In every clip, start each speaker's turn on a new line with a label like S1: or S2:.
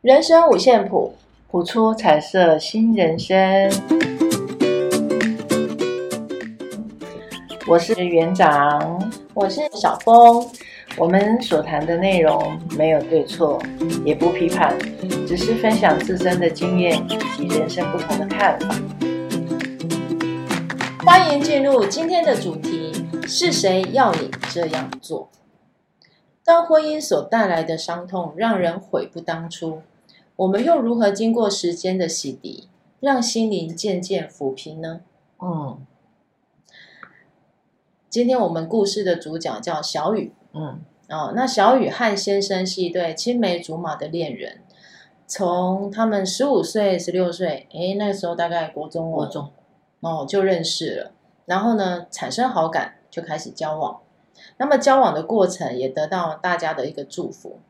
S1: 人生五线谱，谱出彩色新人生。我是园长，我是小峰。我们所谈的内容没有对错，也不批判，只是分享自身的经验以及人生不同的看法。
S2: 欢迎进入今天的主题：是谁要你这样做？当婚姻所带来的伤痛让人悔不当初，我们又如何经过时间的洗涤，让心灵渐渐抚平呢？
S1: 嗯
S2: 今天我们故事的主角叫小雨
S1: 嗯
S2: 哦，那小雨和先生是一对青梅竹马的恋人，从他们十五岁、十六岁，诶，那时候大概国中哦，
S1: 国中
S2: 哦就认识了，然后呢产生好感，就开始交往。那么交往的过程也得到大家的一个祝福，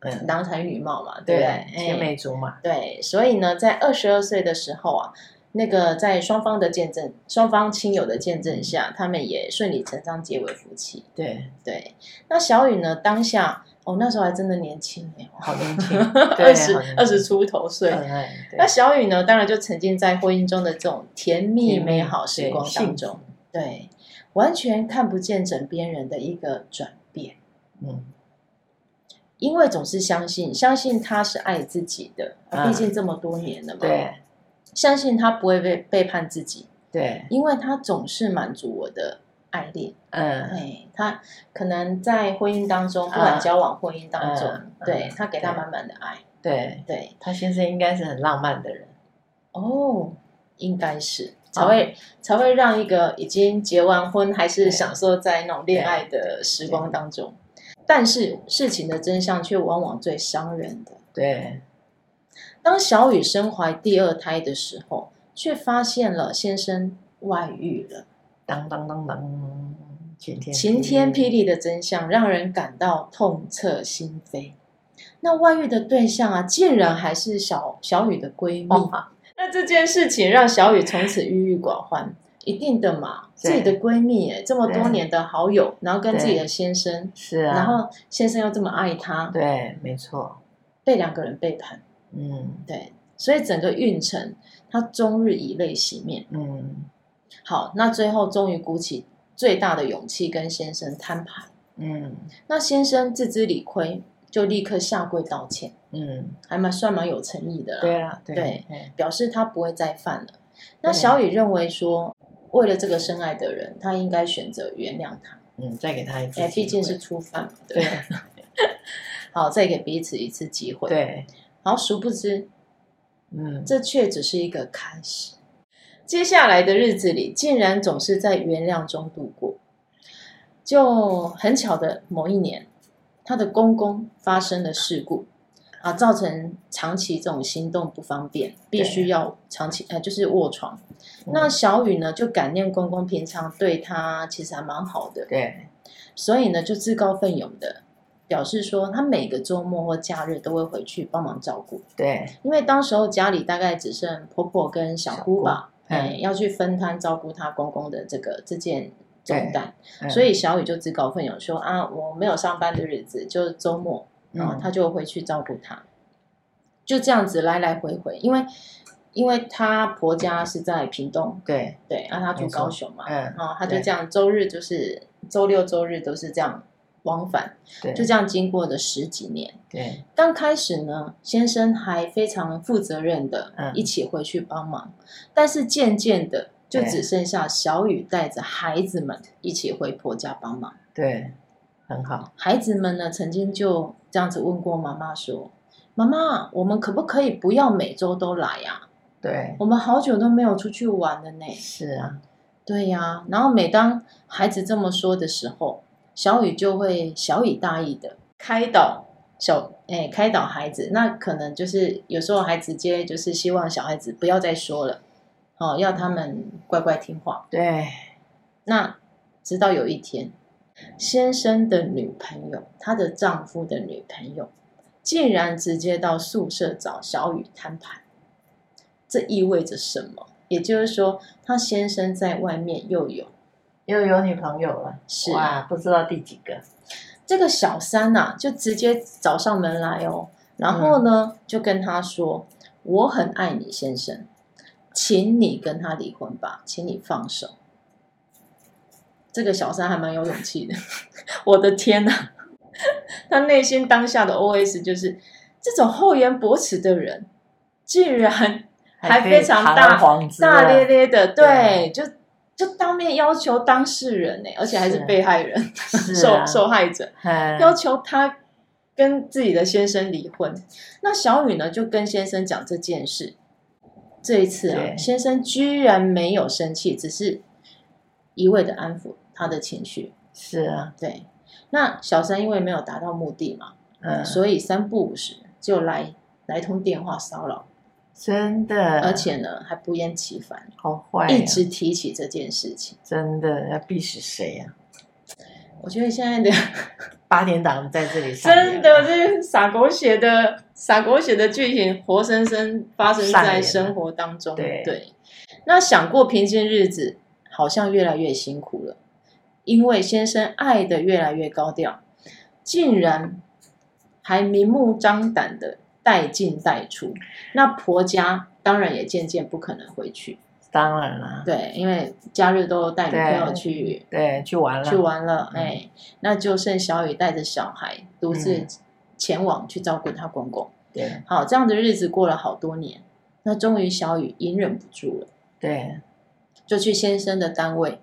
S1: 嗯，
S2: 郎才女貌嘛，对不
S1: 对
S2: 对？
S1: 啊，
S2: 哎
S1: 青梅竹马，
S2: 对，所以呢，在二十二岁的时候啊，那个在双方的见证、双方亲友的见证下，他们也顺理成章结为夫妻。
S1: 对，
S2: 对，那小雨呢，当下哦，那时候还真的年轻耶，，
S1: 好年 轻对
S2: 二十
S1: 好年轻
S2: 二十出头岁。
S1: 嗯哎对
S2: 那小雨呢，当然就沉浸在婚姻中的这种甜蜜
S1: 甜蜜
S2: 美好时
S1: 对
S2: 光当
S1: 幸
S2: 中，对，完全看不见枕边人的一个转变。
S1: 嗯，
S2: 因为总是相信，相信他是爱自己的，
S1: 嗯
S2: 毕竟这么多年了嘛。
S1: 对
S2: 相信他不会被背叛自己，
S1: 对，
S2: 因为他总是满足我的爱恋。
S1: 嗯
S2: 哎，他可能在婚姻当中，不管
S1: 嗯
S2: 交往、婚姻当中，
S1: 嗯嗯
S2: 对他给他
S1: 对
S2: 满满的爱。
S1: 对，
S2: 对，
S1: 他先生应该是很浪漫的人，
S2: 哦，应该是
S1: 嗯
S2: 才会、才会让一个已经结完婚，还是
S1: 对
S2: 享受在那种恋爱的时光当中。但是事情的真相却往往最伤人的。
S1: 对，
S2: 当小雨身怀第二胎的时候，却发现了先生外遇了。
S1: 当当当当，晴天
S2: 晴天霹
S1: 雳，
S2: 雳的真相让人感到痛彻心扉。那外遇的对象啊，竟然还是小小雨的闺蜜、
S1: 哦
S2: 那这件事情让小雨从此郁郁寡欢，一定的嘛，自
S1: 对
S2: 己的闺蜜哎、这么多
S1: 对
S2: 年的好友，然后跟
S1: 对
S2: 自己的先生，
S1: 是啊，
S2: 然后先生又这么爱她，
S1: 对，没错，
S2: 被两个人背叛，
S1: 嗯
S2: 对，所以整个运程，她终日以泪洗面。
S1: 嗯
S2: 好，那最后终于鼓起最大的勇气跟先生摊牌。
S1: 嗯
S2: 那先生自知理亏，就立刻下跪道歉，
S1: 嗯，
S2: 还蛮算蛮有诚意的啦。
S1: 对啊，
S2: 对
S1: 对，哎
S2: 表示他不会再犯了。那
S1: 对啊
S2: 小雨认为说，为了这个深爱的人，他应该选择原谅他，
S1: 嗯，再给他一次
S2: 哎，毕
S1: 机
S2: 竟
S1: 会
S2: 是初犯嘛，对
S1: 对
S2: 不对。好，再给彼此一次机会。，
S1: 对，
S2: 好，殊不知
S1: 嗯，
S2: 这却只是一个开始。接下来的日子里，竟然总是在原谅中度过。就很巧的某一年，她的公公发生了事故，啊，造成长期这种行动不方便，必须要长期呃就是卧床。
S1: 嗯
S2: 那小雨呢，就感念公公平常对她其实还蛮好的，
S1: 对
S2: 所以呢就自告奋勇的表示说，她每个周末或假日都会回去帮忙照顾。
S1: 对
S2: 因为当时候家里大概只剩婆婆跟小姑吧，
S1: 小姑嗯
S2: 哎、要去分摊照顾她公公的这个这件重担，
S1: 嗯
S2: 所以小雨就自告奋勇说啊，我没有上班的日子，就是周末，然后
S1: 嗯
S2: 她就回去照顾她，就这样子来来回回，因为因为她婆家是在屏东，
S1: 对，
S2: 对，啊，她住
S1: 没错
S2: 高雄嘛，
S1: 嗯，
S2: 然后她就
S1: 对
S2: 这样周日就是周六周日都是这样往返，
S1: 对，
S2: 就这样经过了十几年。
S1: 对
S2: 刚开始呢，先生还非常负责任的
S1: 嗯
S2: 一起回去帮忙，但是渐渐的就
S1: 对
S2: 只剩下小雨带着孩子们一起回婆家帮忙。
S1: 对，很好，
S2: 孩子们呢，曾经就这样子问过妈妈说：“妈妈，我们可不可以不要每周都来呀、
S1: 对，
S2: 我们好久都没有出去玩了呢。
S1: 是啊，”
S2: 对呀、然后每当孩子这么说的时候，小雨就会小以大义的开导小哎、开导孩子，那可能就是有时候还直接就是希望小孩子不要再说了，哦，要他们乖乖听话。
S1: 对，
S2: 那直到有一天，先生的女朋友，她的丈夫的女朋友，竟然直接到宿舍找小雨摊牌，这意味着什么？也就是说，她先生在外面又有
S1: 又有女朋友了，
S2: 是
S1: 哇，不知道第几个，
S2: 啊这个小三呐、就直接找上门来哦，然后呢，
S1: 嗯
S2: 就跟他说：“我很爱你，先生，请你跟他离婚吧，请你放手。”这个小三还蛮有勇气的， 我的天呐、 他内心当下的 OS 就是：这种厚颜薄耻的人，竟然还
S1: 可以
S2: 非常
S1: 堂
S2: 大
S1: 而皇之
S2: 大
S1: 啊
S2: 咧咧的，对，
S1: 对
S2: 就就当面要求当事人欸呢、而且还是
S1: 是
S2: 被害人、
S1: 是
S2: 受
S1: 啊
S2: 受害者，
S1: 嗯
S2: 要求他跟自己的先生离婚。那小雨呢，就跟先生讲这件事。这一次啊，
S1: 对
S2: 先生居然没有生气，只是一味的安抚他的情绪。
S1: 是啊，
S2: 对，那小三因为没有达到目的嘛，
S1: 嗯，
S2: 所以三不五时就来来通电话骚扰，
S1: 真的，
S2: 而且呢还不厌其烦，
S1: 好坏啊，
S2: 一直提起这件事情。
S1: 真的要逼死谁呀？
S2: 我觉得现在的
S1: 八点档在这里上
S2: 真
S1: 演啊
S2: 的，
S1: 了，
S2: 这些洒狗血的洒狗血的剧情，活生生发生
S1: 上
S2: 在
S1: 演
S2: 生活当中。
S1: 对
S2: 那想过平静日子，好像越来越辛苦了，因为先生爱的越来越高调，竟然还明目张胆的带进带出，那婆家当然也渐渐不可能回去。
S1: 当然啦，
S2: 对，因为假日都带女朋友
S1: 对
S2: 去
S1: 对，去玩了，
S2: 去玩了，
S1: 嗯
S2: 哎、那就剩小雨带着小孩独自
S1: 嗯
S2: 前往去照顾她公公。
S1: 对
S2: 好，这样的日子过了好多年，那终于小雨隐忍不住了，
S1: 对，
S2: 就去先生的单位，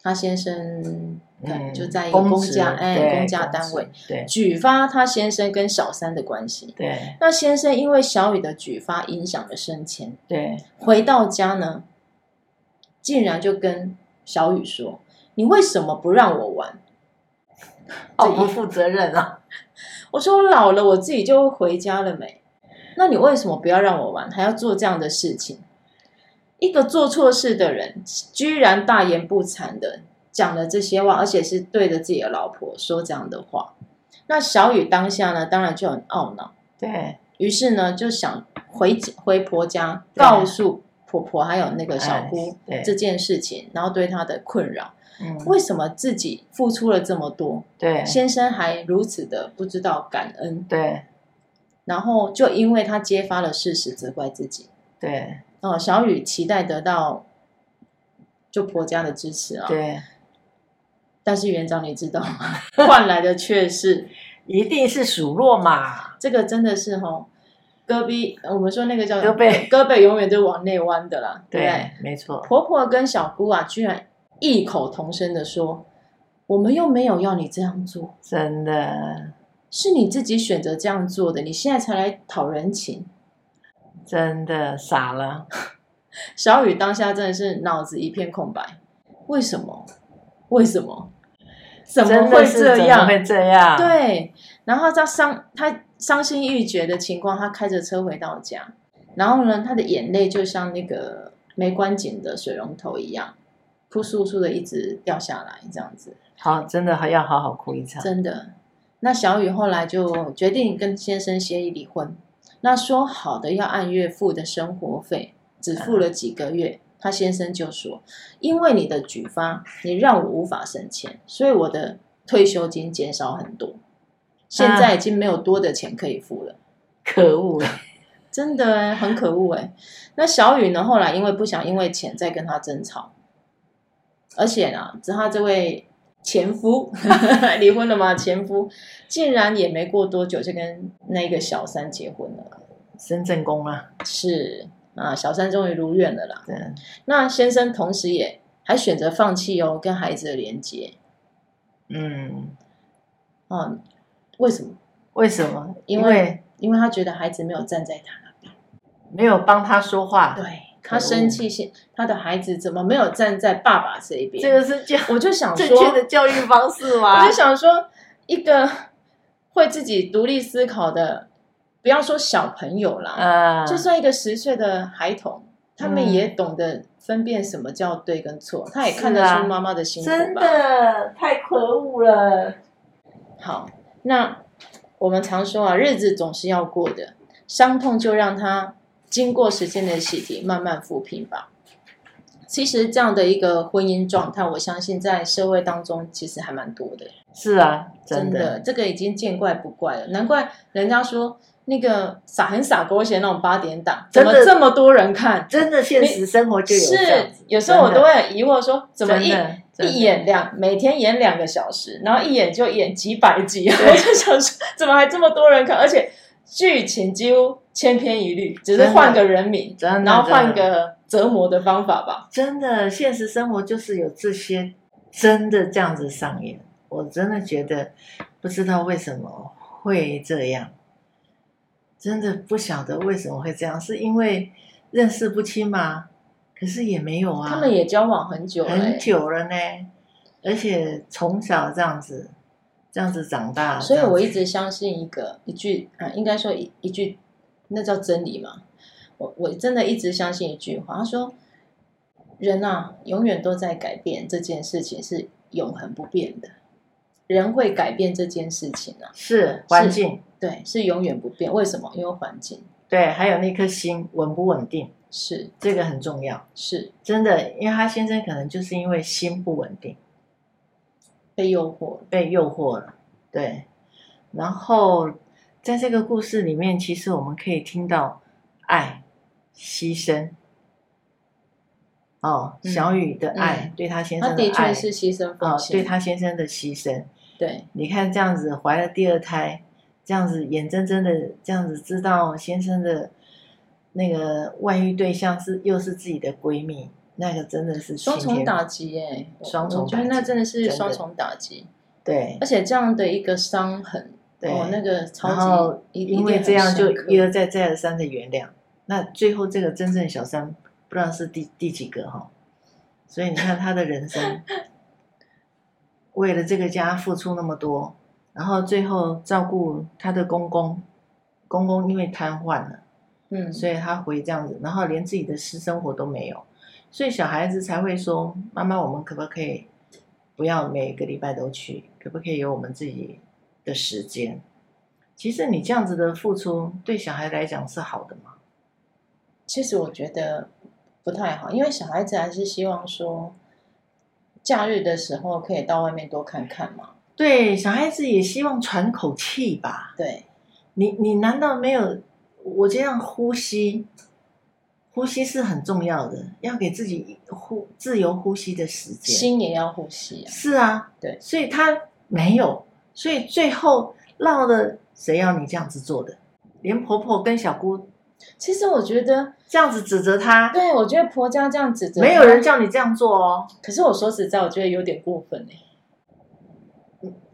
S2: 她先生可能
S1: 嗯
S2: 就在一个公
S1: 职
S2: 家，哎，
S1: 对
S2: 公家
S1: 公
S2: 单
S1: 职
S2: 位
S1: 对
S2: 举发她先生跟小三的关系。
S1: 对
S2: 那先生因为小雨的举发影响了升迁，
S1: 对，
S2: 回到家呢，竟然就跟小雨说：“你为什么不让我玩？”
S1: 哦，不负责任啊，
S2: 我说我老了，我自己就回家了没？那你为什么不要让我玩，还要做这样的事情？一个做错事的人，居然大言不惭的讲了这些话，而且是对着自己的老婆说这样的话。那小雨当下呢，当然就很懊恼，
S1: 对，
S2: 于是呢就想回回婆家，
S1: 对
S2: 告诉婆婆还有那个小姑
S1: 哎对
S2: 这件事情，然后对她的困扰，
S1: 嗯，
S2: 为什么自己付出了这么多，
S1: 对
S2: 先生还如此的不知道感恩？
S1: 对
S2: 然后就因为他揭发了事实，责怪自己。
S1: 对
S2: 哦，小雨期待得到就婆家的支持啊，
S1: 对，
S2: 但是园长你知道吗？换来的却是
S1: 一定是数落嘛，
S2: 这个真的是哈、哦，戈壁我们说那个叫
S1: 胳膊
S2: 胳膊永远都往内弯的啦， 对不对
S1: 对，没错，
S2: 婆婆跟小姑啊，居然异口同声的说：“我们又没有要你这样做，
S1: 真的
S2: 是你自己选择这样做的，你现在才来讨人情。”
S1: 真的傻了，
S2: 小雨当下真的是脑子一片空白，为什么？为什么？怎么
S1: 真
S2: 会
S1: 的是
S2: 这
S1: 怎么
S2: 样？
S1: 会这样？
S2: 对，然后他伤他伤心欲绝的情况，他开着车回到家，然后呢，他的眼泪就像那个没关紧的水龙头一样，扑簌簌的一直掉下来，这样子，
S1: 好，真的还要好好哭一场，
S2: 真的。那小雨后来就决定跟先生协议离婚，那说好的要按月付的生活费，只付了几个月。他先生就说：“因为你的举发，你让我无法省钱，所以我的退休金减少很多，现在已经没有多的钱可以付了。
S1: 可恶了，
S2: 真的欸很可恶哎。那小雨呢，后来因为不想因为钱再跟他争吵，而且呢，他这位前夫 离婚了嘛，前夫竟然也没过多久就跟那个小三结婚了。
S1: 深圳公啊，
S2: 是啊，小三终于如愿了啦。
S1: 对
S2: 那先生同时也还选择放弃哦跟孩子的连接，
S1: 嗯，
S2: 嗯，为什么？
S1: 为什么？
S2: 因
S1: 因
S2: 为
S1: 为
S2: 因为他觉得孩子没有站在他那边。
S1: 没有帮他说话，
S2: 对他
S1: 可恶
S2: 生气，是他的孩子怎么没有站在爸爸这一边？
S1: 这个是教
S2: 我就想
S1: 正
S2: 说，
S1: 确的教育方式 吗
S2: 我就？想说，一个会自己独立思考的，不要说小朋友啦，
S1: 啊，
S2: 就算一个十岁的孩童，他们
S1: 嗯
S2: 也懂得分辨什么叫对跟错，他也
S1: 是
S2: 看得
S1: 啊
S2: 出妈妈的辛苦吧。
S1: 真的太可恶了，
S2: 好，那我们常说啊，日子总是要过的，伤痛就让它经过时间的洗涤，慢慢抚平吧。其实这样的一个婚姻状态，我相信在社会当中其实还蛮多的，
S1: 是啊，真
S2: 的，这个已经见怪不怪了。难怪人家说那个撒很撒狗血那种八点档，
S1: 真
S2: 怎
S1: 的
S2: 么这么多人看？
S1: 真的现实生活就有这样
S2: 是
S1: 子，
S2: 有时候我
S1: 真的
S2: 都会很疑惑说，怎么一
S1: 真的真的
S2: 一演两，每天演两个小时，然后一演就演几百集，我就想说，怎么还这么多人看？而且剧情几乎千篇一律，只是
S1: 真的
S2: 换个人名，
S1: 真的
S2: 然后换
S1: 真的
S2: 个折磨的方法吧。
S1: 真的现实生活就是有这些真的这样子上演，我真的觉得不知道为什么会这样，真的不晓得为什么会这样，是因为认识不清吗？可是也没有啊，
S2: 他们也交往很久了、
S1: 很
S2: 欸，
S1: 久了呢，而且从小这样子，这样子长大，
S2: 所以
S1: 啊这样子
S2: 我一直相信一个一句啊，应该说一一句，那叫真理嘛。我我真的一直相信一句话，他说：“人啊，永远都在改变，这件事情是永恒不变的。人会改变这件事情啊，
S1: 是环境
S2: 对，是永远不变。为什么？因为环境
S1: 对，还有那颗心稳不稳定，
S2: 是
S1: 这个很重要，
S2: 是
S1: 真的，因为他先生可能就是因为心不稳定。
S2: 被诱惑了，
S1: 被诱惑了，对。然后在这个故事里面，其实我们可以听到爱、牺牲。哦，
S2: 嗯
S1: 小雨的爱、
S2: 嗯
S1: 对她先
S2: 他
S1: 生的
S2: 的
S1: 爱，
S2: 确是牺牲
S1: 哦
S2: 奉，献，
S1: 对她先生的牺牲。
S2: 对
S1: 你看这样子怀了第二胎，这样子眼睁睁的这样子知道先生的那个外遇对象是又是自己的闺蜜，那个真的是
S2: 双
S1: 晴
S2: 重
S1: 天
S2: 打击哎、欸，我
S1: 双重
S2: 我觉得
S1: 打击
S2: 那真的是
S1: 真的
S2: 双重打击，
S1: 对
S2: 而且这样的一个伤痕。
S1: 对、
S2: 哦，那个
S1: 然
S2: 超
S1: 后
S2: 级，一
S1: 因为这样就一
S2: 一
S1: 而再再而三的原谅。那最后这个真正小三不知道是第第几个哈、所以你看他的人生，为了这个家付出那么多，然后最后照顾他的公公，公公因为瘫痪了，
S2: 嗯，
S1: 所以他回这样子，然后连自己的私生活都没有，所以小孩子才会说：“妈妈，我们可不可以不要每个礼拜都去？可不可以有我们自己的时间？”其实你这样子的付出，对小孩来讲是好的嘛？
S2: 其实我觉得不太好，因为小孩子还是希望说，假日的时候可以到外面多看看嘛。
S1: 对，小孩子也希望喘口气吧。
S2: 对，
S1: 你你难道没有我这样呼吸？呼吸是很重要的，要给自己呼自由呼吸的时间。
S2: 心也要呼吸啊。
S1: 是啊，
S2: 对
S1: 所以他没有，所以最后落了谁要你这样子做的？连婆婆跟小姑
S2: 其实我觉得，
S1: 这样子指责她，
S2: 对我觉得婆家这样指责，
S1: 没有人。叫你这样做哦。
S2: 可是我说实在，我觉得有点过分哎、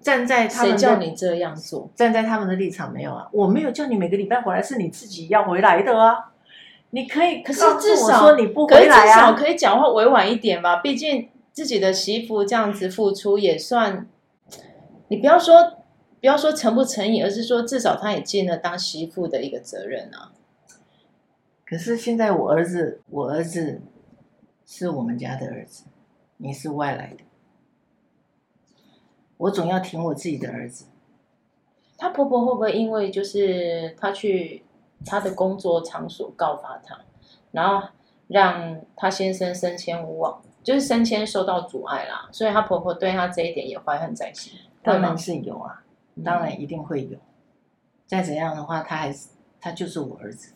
S1: 站在他
S2: 谁
S1: 们
S2: 叫
S1: 的
S2: 你这样做？
S1: 站在他们的立场没有啊，我没有叫你每个礼拜回来，是你自己要回来的啊。你可以
S2: 可是
S1: 告诉
S2: 至
S1: 我
S2: 少
S1: 说你不
S2: 可是
S1: 回
S2: 至
S1: 来
S2: 少
S1: 啊，
S2: 可以讲话委婉一点吧，毕竟自己的媳妇这样子付出也算，你不要说不要说诚不诚意，而是说至少她也尽了当媳妇的一个责任啊。
S1: 可是现在我儿子，我儿子是我们家的儿子，你是外来的，我总要挺我自己的儿子。
S2: 她婆婆会不会因为就是她去她的工作场所告发她，然后让她先生升迁无望，就是升迁受到阻碍啦，所以她婆婆对她这一点也怀恨在心，
S1: 当
S2: 会吗
S1: 然是有啊，当然一定会有。再怎样的话，他还是他就是我儿子，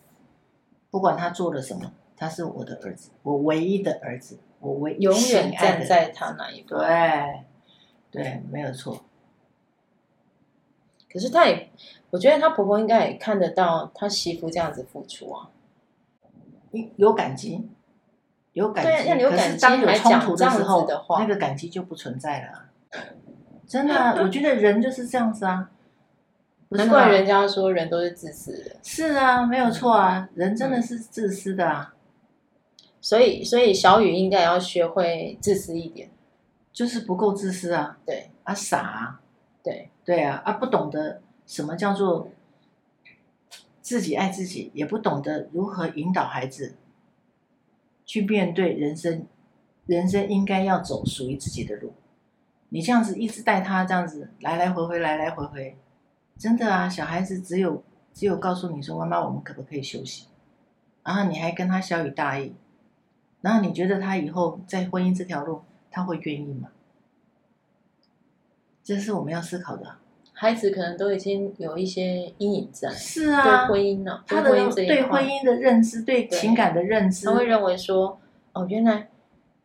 S1: 不管他做了什么，他是我的儿子，我唯一的儿子，我唯一
S2: 永远
S1: 心爱的
S2: 站在她那一方。
S1: 对对，没有错。
S2: 可是她也，我觉得她婆婆应该也看得到她媳妇这样子付出啊。
S1: 你有感激，有感
S2: 对
S1: 激，
S2: 那你有
S1: 可
S2: 感
S1: 是
S2: 激
S1: 当有
S2: 还
S1: 冲
S2: 讲
S1: 突
S2: 这
S1: 的
S2: 样
S1: 时
S2: 子
S1: 候，
S2: 的话
S1: 那个感激就不存在了啊。真的啊、我觉得人就是这样子啊，不是
S2: 难怪
S1: 吗
S2: 人家说人都是自私的，
S1: 是啊，没有错
S2: 嗯
S1: 啊，人真的是自私的啊。
S2: 所以所以小雨应该要学会自私一点。
S1: 就是不够自私啊，
S2: 对
S1: 啊傻啊，
S2: 对，
S1: 对啊，啊不懂得什么叫做自己爱自己，也不懂得如何引导孩子去面对人生，人生应该要走属于自己的路。你这样子一直带他这样子来来回回来来回回，真的啊，小孩子只有只有告诉你说妈妈，我们可不可以休息？然后你还跟他小语大意，然后你觉得他以后在婚姻这条路他会愿意吗？这是我们要思考的啊。
S2: 孩子可能都已经有一些阴影在，
S1: 是
S2: 对
S1: 啊，
S2: 婚姻呢，
S1: 他的
S2: 婚姻这一
S1: 对
S2: 块
S1: 婚姻的认知，对
S2: 对
S1: 情感的认知
S2: 他，会认为说，哦，原来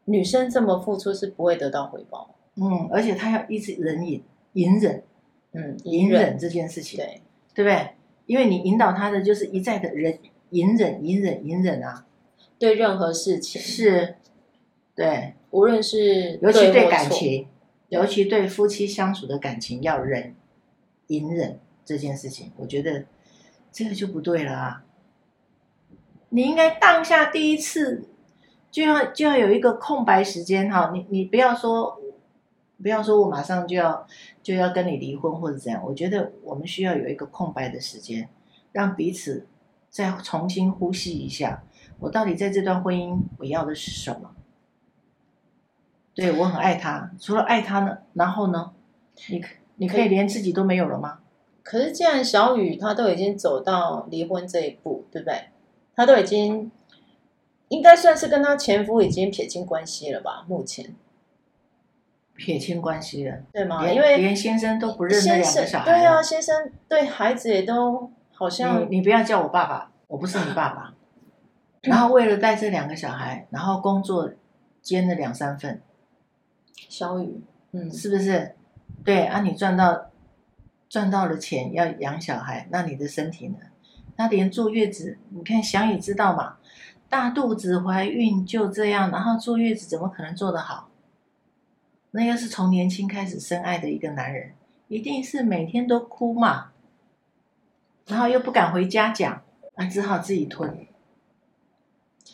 S2: 女生这么付出是不会得到回报，
S1: 嗯，而且他要一直忍隐隐忍
S2: 嗯，
S1: 隐
S2: 忍
S1: 忍，这件事情，
S2: 对，
S1: 对不对？因为你引导他的就是一再的忍隐忍隐忍隐忍啊，
S2: 对任何事情，
S1: 是，对，
S2: 无论是
S1: 尤其
S2: 对
S1: 对
S2: 或
S1: 感
S2: 错，
S1: 情，尤其对夫妻相处的感情要忍隐忍这件事情，我觉得这个就不对了啊。你应该当下第一次就要就要有一个空白时间哈，你你不要说不要说我马上就要就要跟你离婚或者怎样，我觉得我们需要有一个空白的时间，让彼此再重新呼吸一下，我到底在这段婚姻我要的是什么？对我很爱他，除了爱他呢，然后呢，你可你可以连自己都没有了吗？
S2: 可是既然小雨她都已经走到离婚这一步，对不对？她都已经应该算是跟她前夫已经撇清关系了吧？目前
S1: 撇清关系了，
S2: 对吗？
S1: 连
S2: 啊因为
S1: 连先生都不认那
S2: 先
S1: 两
S2: 生
S1: 个小孩
S2: 对啊，
S1: 了。
S2: 先生对孩子也都好像
S1: 你你不要叫我爸爸，我不是你爸 爸。然后为了带这两个小孩，然后工作兼了两三份，
S2: 小雨，嗯，
S1: 是不是？对啊，你赚到赚到了钱要养小孩，那你的身体呢？那连坐月子，你看想也知道嘛，大肚子怀孕就这样，然后坐月子怎么可能做得好？那要是从年轻开始深爱的一个男人，一定是每天都哭嘛，然后又不敢回家讲，啊，只好自己吞。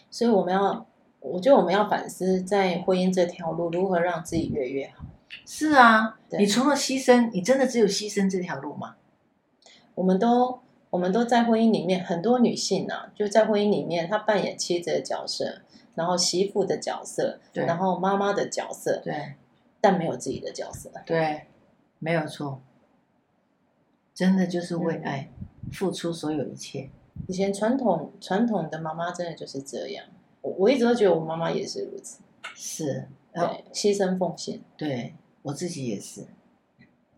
S2: 所以我们要，我觉得我们要反思在婚姻这条路如何让自己越来越好。
S1: 是啊，
S2: 对
S1: 你除了牺牲，你真的只有牺牲这条路吗？
S2: 我们都我们都在婚姻里面，很多女性啊，就在婚姻里面，她扮演妻子的角色，然后媳妇的角色，
S1: 对
S2: 然后妈妈的角色，
S1: 对，
S2: 但没有自己的角色。
S1: 对，没有错，真的就是为
S2: 嗯
S1: 爱、付出所有一切。
S2: 以前传统传统的妈妈真的就是这样，我我一直都觉得我妈妈也是如此，
S1: 是，
S2: 对，
S1: 哦，
S2: 牺牲奉献，
S1: 对我自己也是，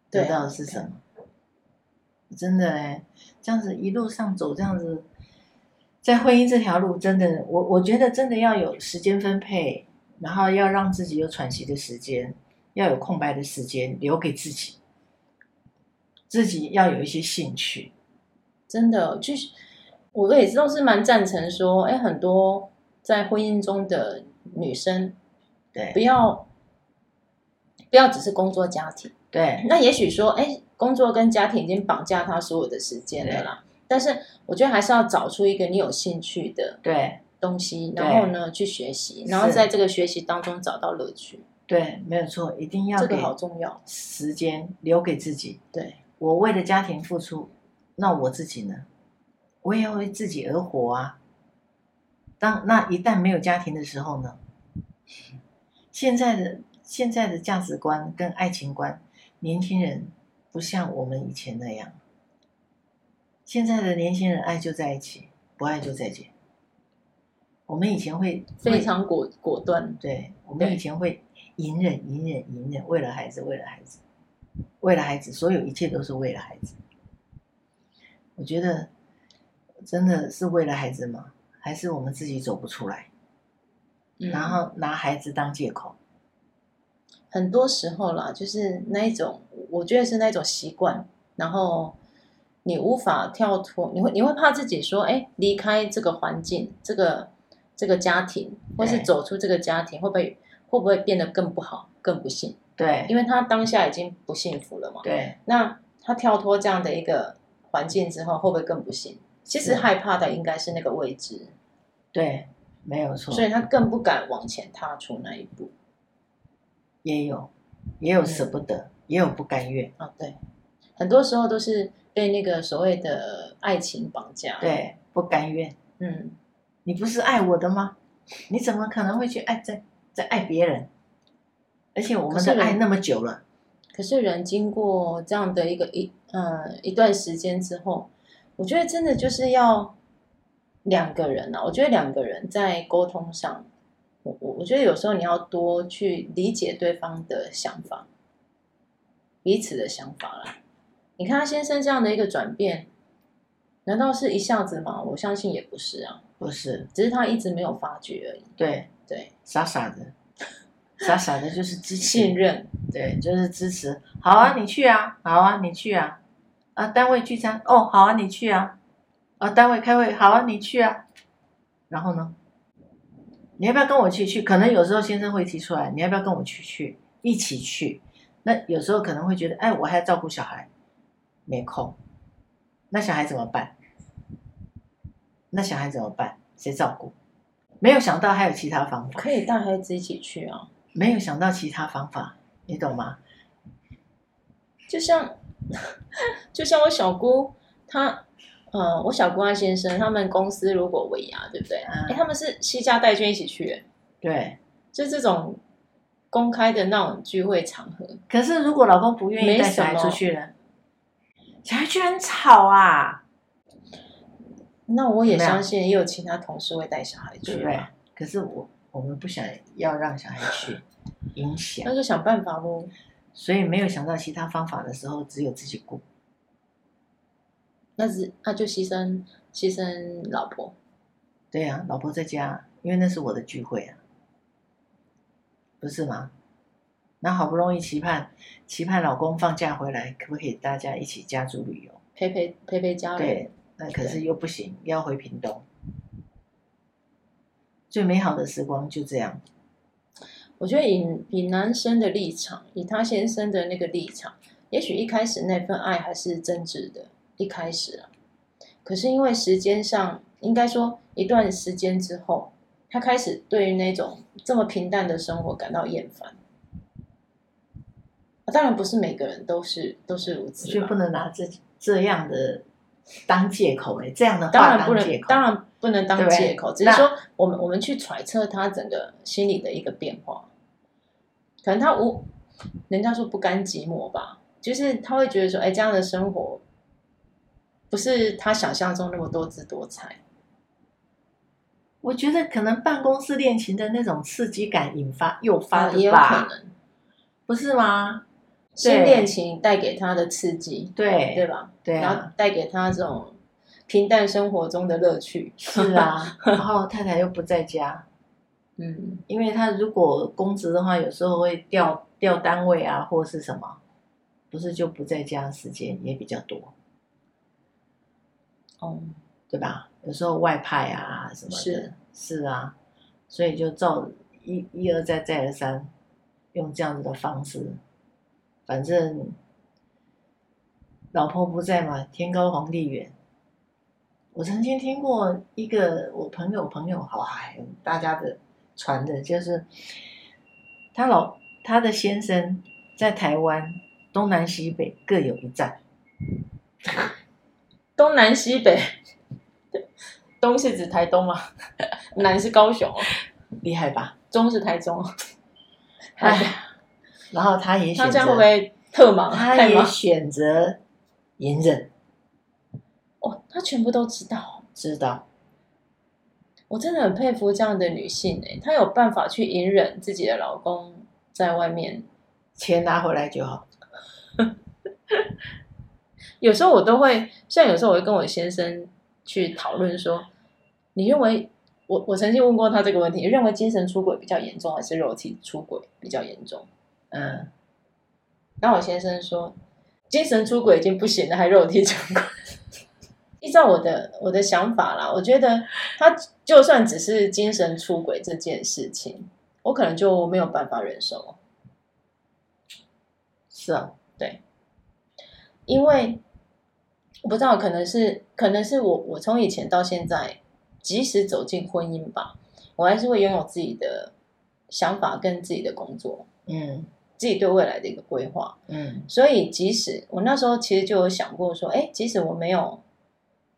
S2: 对啊
S1: 得到的是什么？真的哎，这样子一路上走，这样子，在婚姻这条路，真的，我我觉得真的要有时间分配，然后要让自己有喘息的时间，要有空白的时间留给自己，自己要有一些兴趣。
S2: 真的就是我也都是蛮赞成说，哎，很多在婚姻中的女生
S1: 对
S2: 不要不要只是工作家庭。
S1: 对
S2: 那也许说，哎，工作跟家庭已经绑架他所有的时间了啦。但是我觉得还是要找出一个你有兴趣的
S1: 对，
S2: 东西，
S1: 对
S2: 然后呢去学习，
S1: 是
S2: 然后在这个学习当中找到乐趣，
S1: 对，没有错，一定要
S2: 这个
S1: 给
S2: 好重要。
S1: 时间留给自己。
S2: 对，
S1: 我为了家庭付出，那我自己呢？我也要为自己而活啊。当那一旦没有家庭的时候呢？现在的现在的价值观跟爱情观，年轻人不像我们以前那样。现在的年轻人爱就在一起，不爱就再见。我们以前会
S2: 非
S1: 会
S2: 常果果断。
S1: 对，我们
S2: 对
S1: 以前会隐忍、隐忍、隐忍，为了孩子，为了孩子，为了孩子，所有一切都是为了孩子。我觉得真的是为了孩子吗？还是我们自己走不出来，
S2: 嗯
S1: 然后拿孩子当借口？
S2: 很多时候啦，就是那一种，我觉得是那一种习惯，然后你无法跳脱，你会你会怕自己说，哎，离开这个环境，这个这个家庭，或是
S1: 对
S2: 走出这个家庭，会不会会不会变得更不好、更不幸？
S1: 对
S2: 因为他当下已经不幸福了嘛。
S1: 对
S2: 那他跳脱这样的一个环境之后，会不会更不幸？其实
S1: 是
S2: 害怕的应该是那个未知，
S1: 对，没有错
S2: 所，以他更不敢往前踏出那一步。
S1: 也有也有
S2: 嗯
S1: 舍不得，也有不甘愿。
S2: 啊，对，很多时候都是被那个所谓的爱情绑架。，
S1: 对，不甘愿。
S2: 嗯，
S1: 你不是爱我的吗？你怎么可能会去爱在在爱别人？而且我
S2: 可
S1: 们
S2: 是
S1: 的爱
S2: 人
S1: 那么久了。
S2: 可是人经过这样的一个一呃一段时间之后，我觉得真的就是要两个人啊，我觉得两个人在沟通上，我我我觉得有时候你要多去理解对方的想法，彼此的想法啦。你看他先生这样的一个转变，难道是一下子吗？我相信也不是啊，
S1: 不是，
S2: 只是他一直没有发觉而已。
S1: 对，
S2: 对，
S1: 傻傻的，傻傻的就是支
S2: 信
S1: 持，
S2: 任，
S1: 对，就是支持。好啊，你去啊，好啊，你去啊，啊，单位聚餐，哦，好啊，你去啊，啊，单位开会，好啊，你去啊。然后呢？你要不要跟我去？去，可能有时候先生会提出来，你要不要跟我去？去，一起去。那有时候可能会觉得，哎，我还要照顾小孩，没空。那小孩怎么办？那小孩怎么办？谁照顾？没有想到还有其他方法。
S2: 可以带孩子一起去啊。
S1: 没有想到其他方法，你懂吗？
S2: 就像 就像我小姑，她呃，我小姑她先生他们公司如果尾牙，对不对？
S1: 嗯
S2: 哎、他们是西家带眷一起去、哎
S1: 对。
S2: 就这种公开的那种聚会场合，
S1: 可是如果老公不愿意
S2: 没
S1: 带小孩
S2: 什
S1: 出
S2: 么
S1: 去呢？小孩居然很吵啊，
S2: 那我也
S1: 怎么样
S2: 相信也有其他同事会带小孩
S1: 对不
S2: 去
S1: 对
S2: 啊，？
S1: 可是我我们不想要让小孩去影响，
S2: 那就想办法喽。
S1: 所以没有想到其他方法的时候，只有自己顾。
S2: 那只那就牺牲牺牲老婆，
S1: 对呀、老婆在家，因为那是我的聚会啊，不是吗？那好不容易期盼期盼老公放假回来，可不可以大家一起家族旅游？
S2: 陪陪陪陪家人。
S1: 对，那可是又不行，要回屏东。最美好的时光就这样，
S2: 我觉得以以男生的立场，以他先生的那个立场，也许一开始那份爱还是真挚的，一开始啊，可是因为时间上，应该说一段时间之后，他开始对于那种这么平淡的生活感到厌烦。啊当然不是每个人都是都是如
S1: 我
S2: 此
S1: 觉得
S2: 啦，
S1: 不能拿这这样的当借口哎、这样的
S2: 当
S1: 话
S2: 然不
S1: 当借
S2: 能，
S1: 口，
S2: 当然不能
S1: 对
S2: 当
S1: 不对
S2: 借口，只是说我们我们去揣测他整个心理的一个变化，可能他无，人家说不甘寂寞吧，就是他会觉得说，哎，这样的生活不是他想象中那么多姿多彩，
S1: 我觉得可能办公室恋情的那种刺激感引发诱发
S2: 啊也
S1: 的
S2: 有可
S1: 吧，
S2: 能
S1: 不是吗？
S2: 新恋情带给他的刺激，
S1: 对
S2: 对吧？
S1: 对
S2: 然后
S1: 啊，
S2: 带给他这种平淡生活中的乐趣，
S1: 是啊，然后太太又不在家，
S2: 嗯，
S1: 因为她如果公职的话，有时候会调调单位啊，或是什么，不是就不在家时间也比较多。
S2: 哦，
S1: 对吧？有时候外派啊什么的，
S2: 是
S1: 是啊，所以就照一一而再再而三，用这样子的方式，反正老婆不在嘛，天高皇帝远。我曾经听过一个我朋友朋友好哎，大家的传的就是，他老他的先生在台湾东南西北各有一站，
S2: 东南西北，东是指台东吗？南是高雄，
S1: 厉害吧？
S2: 中是台中。
S1: 哎
S2: 哎，，
S1: 然后他也选
S2: 他
S1: 择
S2: 这样会不会特忙？
S1: 他
S2: 太
S1: 也
S2: 忙
S1: 选择隐忍，
S2: 哦，他全部都知道。
S1: 知道
S2: 我真的很佩服这样的女性哎、她有办法去隐忍自己的老公在外面。
S1: 钱拿回来就好。
S2: 有时候我都会，像有时候我会跟我先生去讨论说，你认为我我曾经问过他这个问题，认为精神出轨比较严重还是肉体出轨比较严重？
S1: 嗯，
S2: 然后我先生说，精神出轨已经不行了，还肉体出轨。 依照我的我的想法啦，我觉得他就算只是精神出轨这件事情，我可能就没有办法忍受，啊
S1: 是啊，
S2: 因为我不知道，可能是可能是我我从以前到现在，即使走进婚姻吧，我还是会拥有自己的想法跟自己的工作，
S1: 嗯
S2: 自己对未来的一个规划。
S1: 嗯
S2: 所以即使我那时候其实就有想过说，哎，即使我没有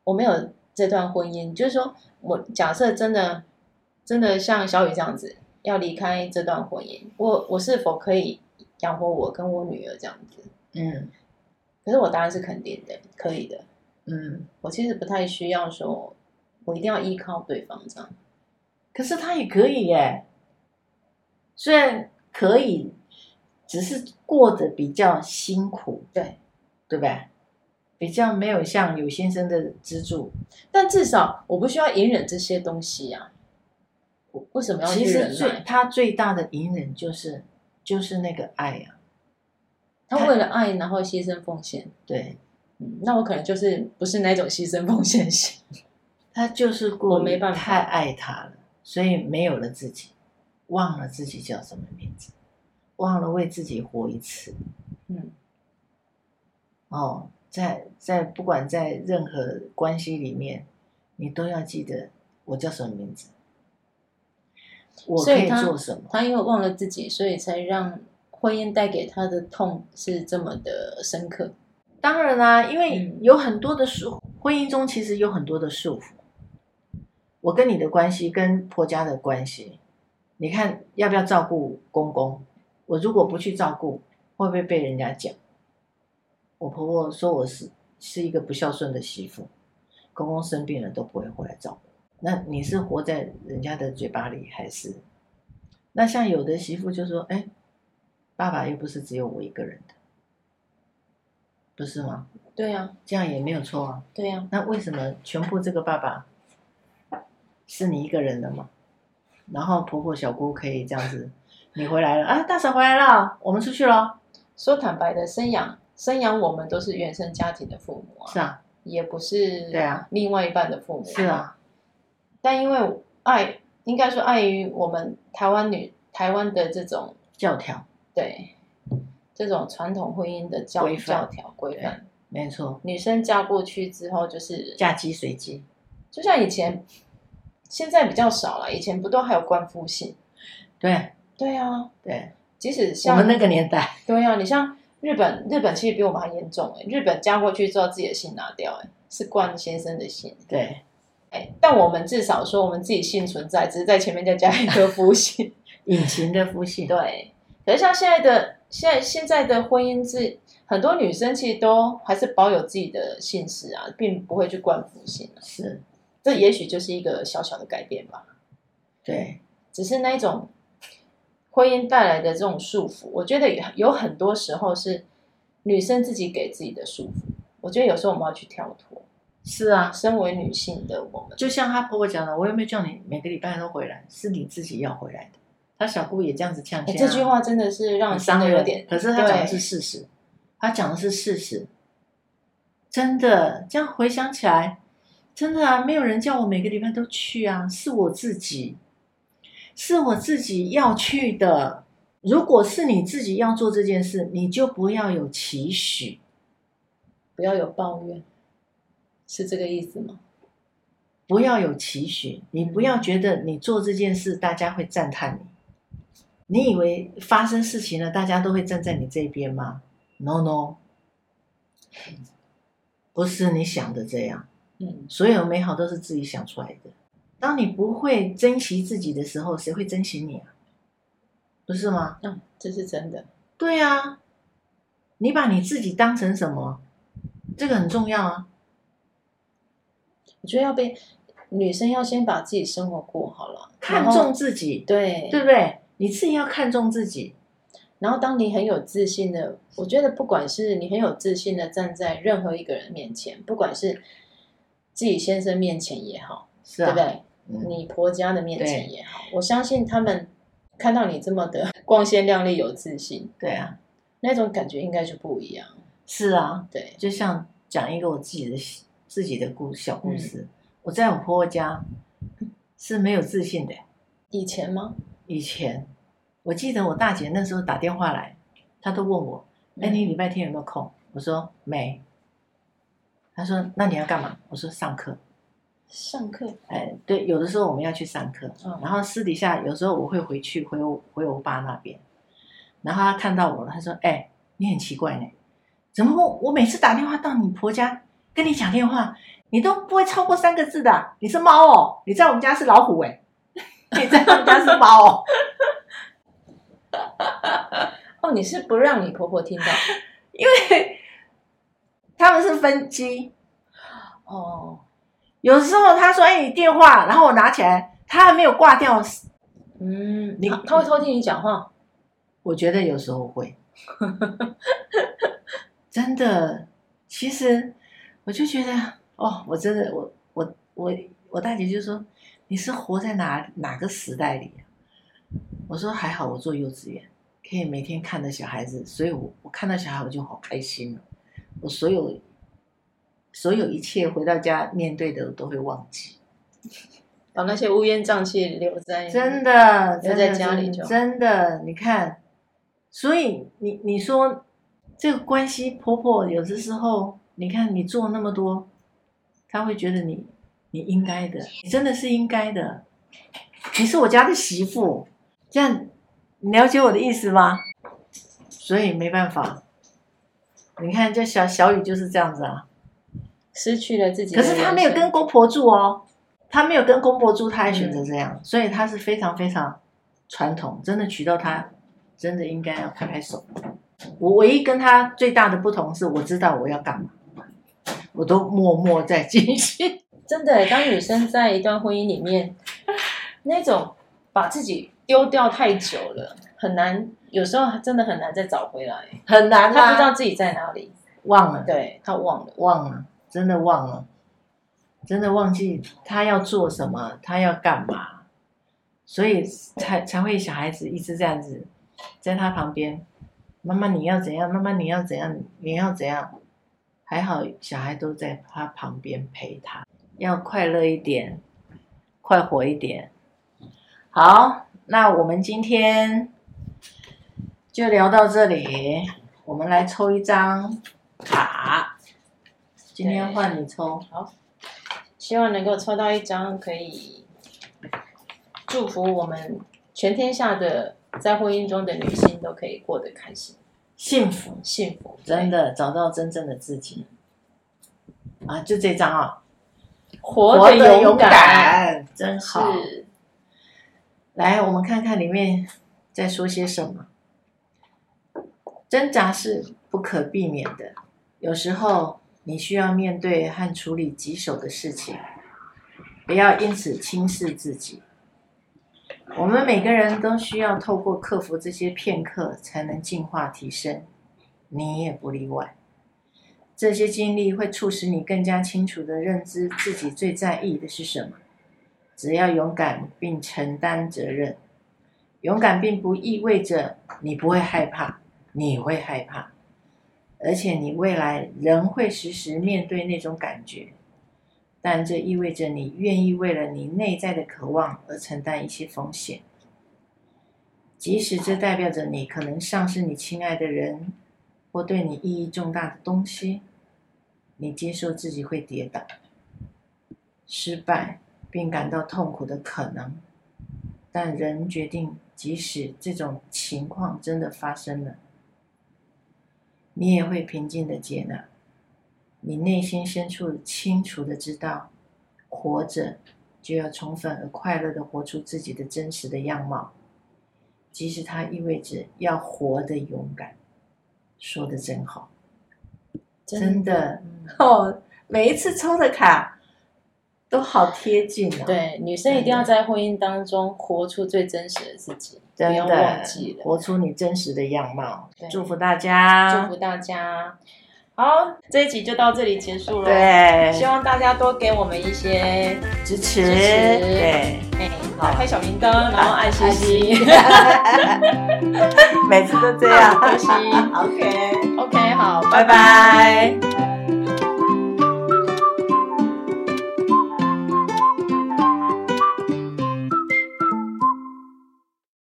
S2: 我没有这段婚姻，就是说我假设真的真的像小雨这样子要离开这段婚姻，我我是否可以养活我跟我女儿这样子？
S1: 嗯
S2: 可是我答案是肯定的，可以的。
S1: 嗯。
S2: 我其实不太需要说，我一定要依靠对方这样。
S1: 可是他也可以耶，虽然可以，只是过得比较辛苦，
S2: 对
S1: 对不对？比较没有像有先生的资助，
S2: 但至少我不需要隐忍这些东西呀、我为什么要
S1: 其
S2: 去
S1: 实
S2: 忍
S1: 最
S2: 耐？
S1: 他最大的隐忍就是就是那个爱啊，
S2: 他为了爱，然后牺牲奉献。
S1: 对
S2: 嗯，那我可能就是不是那种牺牲奉献型。
S1: 他就是过
S2: 我
S1: 于
S2: 没办法
S1: 太爱他了，所以没有了自己，忘了自己叫什么名字，忘了为自己活一次
S2: 嗯，
S1: 哦，在在不管在任何关系里面，你都要记得我叫什么名字，我
S2: 所
S1: 可
S2: 以
S1: 以
S2: 他
S1: 做什么。
S2: 他因为忘了自己，所以才让婚姻带给他的痛是这么的深刻。
S1: 当然啦、因为
S2: 嗯
S1: 有很多的束，婚姻中其实有很多的束缚。我跟你的关系，跟婆家的关系，你看要不要照顾公公？我如果不去照顾，会不会被人家讲？我婆婆说我是是一个不孝顺的媳妇，公公生病了都不会回来照顾。那你是活在人家的嘴巴里，还是？那像有的媳妇就说：“哎，爸爸又不是只有我一个人的，不是吗？”
S2: 对呀、
S1: 这样也没有错啊。
S2: 对呀、
S1: 那为什么全部这个爸爸是你一个人的嘛？然后婆婆、小姑可以这样子，你回来了啊，大嫂回来了，我们出去喽。
S2: 说坦白的，生养生养我们都是原生家庭的父母啊，
S1: 是啊，
S2: 也不是
S1: 对啊
S2: 另外一半的父母、
S1: 是，啊，
S2: 但因为爱，应该说碍于我们台湾女台湾的这种
S1: 教条，
S2: 对这种传统婚姻的教
S1: 规范
S2: 教条规范，
S1: 没错，
S2: 女生嫁过去之后就是
S1: 嫁鸡随鸡，
S2: 就像以前，现在比较少了，以前不都还有官夫姓？
S1: 对
S2: 对啊，
S1: 对，
S2: 即使像
S1: 我们那个年代，
S2: 对啊，你像日本，日本其实比我们还严重哎、日本嫁过去之后自己的姓拿掉哎、是冠先生的姓
S1: 对，
S2: 哎、但我们至少说我们自己姓存在，只是在前面再加一个夫姓。
S1: 隐形的夫姓，
S2: 对，可是像现在的现在现在的婚姻制，很多女生其实都还是保有自己的姓氏啊，并不会去冠夫姓、啊、
S1: 是，
S2: 这也许就是一个小小的改变吧。
S1: 对，
S2: 只是那一种婚姻带来的这种束缚，我觉得有有很多时候是女生自己给自己的束缚。我觉得有时候我们要去跳脱。
S1: 是啊。
S2: 身为女性的我们，
S1: 就像她婆婆讲的，我又没有叫你每个礼拜都回来，是你自己要回来的。她小姑也这样子呛
S2: 哎
S1: 呛、啊
S2: 这句话真的是让
S1: 很
S2: 人伤
S1: 伤
S2: 的
S1: 人，
S2: 有点。
S1: 可是他讲的
S2: 对
S1: 是事实，他讲的是事实，真的。这样回想起来，真的啊，没有人叫我每个礼拜都去啊，是我自己，是我自己要去的。如果是你自己要做这件事，你就不要有期许。
S2: 不要有抱怨，是这个意思吗？
S1: 不要有期许，你不要觉得你做这件事大家会赞叹你。你以为发生事情了，大家都会站在你这边吗？No No，不是你想的这样，
S2: 嗯，
S1: 所有美好都是自己想出来的。当你不会珍惜自己的时候，谁会珍惜你啊？不是吗？
S2: 嗯，这是真的。
S1: 对啊，你把你自己当成什么？这个很重要啊。
S2: 我觉得要被女生要先把自己生活过好了，
S1: 看
S2: 然后
S1: 重自己，
S2: 对
S1: 对不对？你自己要看重自己。
S2: 然后当你很有自信的，我觉得不管是你很有自信的站在任何一个人面前，不管是自己先生面前也好，
S1: 是啊，
S2: 对不对？
S1: 嗯
S2: 你婆家的面前也好，我相信他们看到你这么的光鲜亮丽、有自信，
S1: 对啊，
S2: 那种感觉应该就不一样。
S1: 是啊，
S2: 对，
S1: 就像讲一个我自己的自己的故小故事。我在我婆婆家是没有自信的。
S2: 以前吗？
S1: 以前我记得我大姐那时候打电话来，她都问我：“哎、你礼拜天有没有空？”我说：“没。”她说：“那你要干嘛？”我说：“上课。
S2: 上课”
S1: 哎，对，有的时候我们要去上课，
S2: 嗯
S1: 然后私底下有时候我会回去回我回我爸那边，然后他看到我了，他说：“哎、你很奇怪呢，怎么我我每次打电话到你婆家跟你讲电话，你都不会超过三个字的啊，你是猫哦，你在我们家是老虎哎、 你在我们家是猫哦。
S2: 哦，你是不让你婆婆 听到
S1: 他们是分机，
S2: 哦，
S1: 有时候他说：“哎、你电话。”然后我拿起来，他还没有挂掉。
S2: 嗯，
S1: 你
S2: 她她会偷听你讲话，
S1: 我觉得有时候会，真的。其实我就觉得哦，我真的我我我我大姐就说你是活在哪哪个时代里、啊？我说还好我做幼稚园，可以每天看着小孩子，所以我我看到小孩我就好开心了，我所有所有一切回到家面对的我都会忘记。
S2: 把那些乌烟瘴气留在
S1: 真的，
S2: 留
S1: 真
S2: 在
S1: 的
S2: 家里
S1: 真
S2: 就
S1: 的真的，你看，所以你你说这个关系，婆婆有的时候，你看你做那么多，她会觉得你你应该的，你真的是应该的，你是我家的媳妇，这样你了解我的意思吗？所以没办法，你看这小小雨就是这样子啊，
S2: 失去了自己的
S1: 可
S2: 人
S1: 是
S2: 生。
S1: 她没有跟公婆住哦，她没有跟公婆住，她还
S2: 嗯
S1: 选择这样，所以她是非常非常传统，真的娶到她，真的应该要拍拍手。我唯一跟她最大的不同是，我知道我要干嘛，我都默默在进行。
S2: 真的耶，当女生在一段婚姻里面， 那种把自己丢掉太久了，很难，有时候真的很难再找回来。
S1: 很难
S2: 她不知
S1: 啊，
S2: 道自己在哪里，
S1: 忘了，
S2: 对她忘了。
S1: 忘了，真的忘了，真的忘记她要做什么，她要干嘛，所以才才会小孩子一直这样子在她旁边，妈妈你要怎样，妈妈你要怎样，你要怎样，还好小孩都在她旁边陪她，要快乐一点，快活一点。好，那我们今天就聊到这里，我们来抽一张卡。今天换你抽，
S2: 好，希望能够抽到一张可以祝福我们全天下的在婚姻中的女性都可以过得开心、
S1: 幸福，
S2: 幸福。
S1: 真的找到真正的自己啊！就这张啊，
S2: 活得
S1: 得
S2: 勇敢，
S1: 敢，真好。
S2: 是
S1: 来，我们看看里面在说些什么。挣扎是不可避免的，有时候你需要面对和处理棘手的事情，不要因此轻视自己。我们每个人都需要透过克服这些片刻，才能进化提升，你也不例外。这些经历会促使你更加清楚地认知自己最在意的是什么。只要勇敢并承担责任，勇敢并不意味着你不会害怕，你会害怕，而且你未来仍会时时面对那种感觉。但这意味着你愿意为了你内在的渴望而承担一些风险，即使这代表着你可能丧失你亲爱的人，或对你意义重大的东西。你接受自己会跌倒、失败，并感到痛苦的可能，但仍决定，即使这种情况真的发生了，你也会平静的接纳。你内心深处清楚的知道，活着就要充分而快乐的活出自己的真实的样貌，即使它意味着要活得勇敢。说的真好。真的
S2: 嗯
S1: 哦，每一次抽的卡都好贴近啊
S2: 对，女生一定要在婚姻当中活出最真实的自己，不
S1: 真
S2: 要
S1: 的
S2: 忘记了。
S1: 活出你真实的样貌
S2: 对。
S1: 祝福大家，
S2: 祝福大家。好，这一集就到这里结束了。，
S1: 对
S2: 希望大家多给我们一些，
S1: 支
S2: 持
S1: 持，对，
S2: 哎，打开小铃铛，然后爱心心。
S1: 每次都这样。
S2: 爱心
S1: OK，
S2: OK，好，拜
S1: 拜
S2: 拜。
S1: 拜。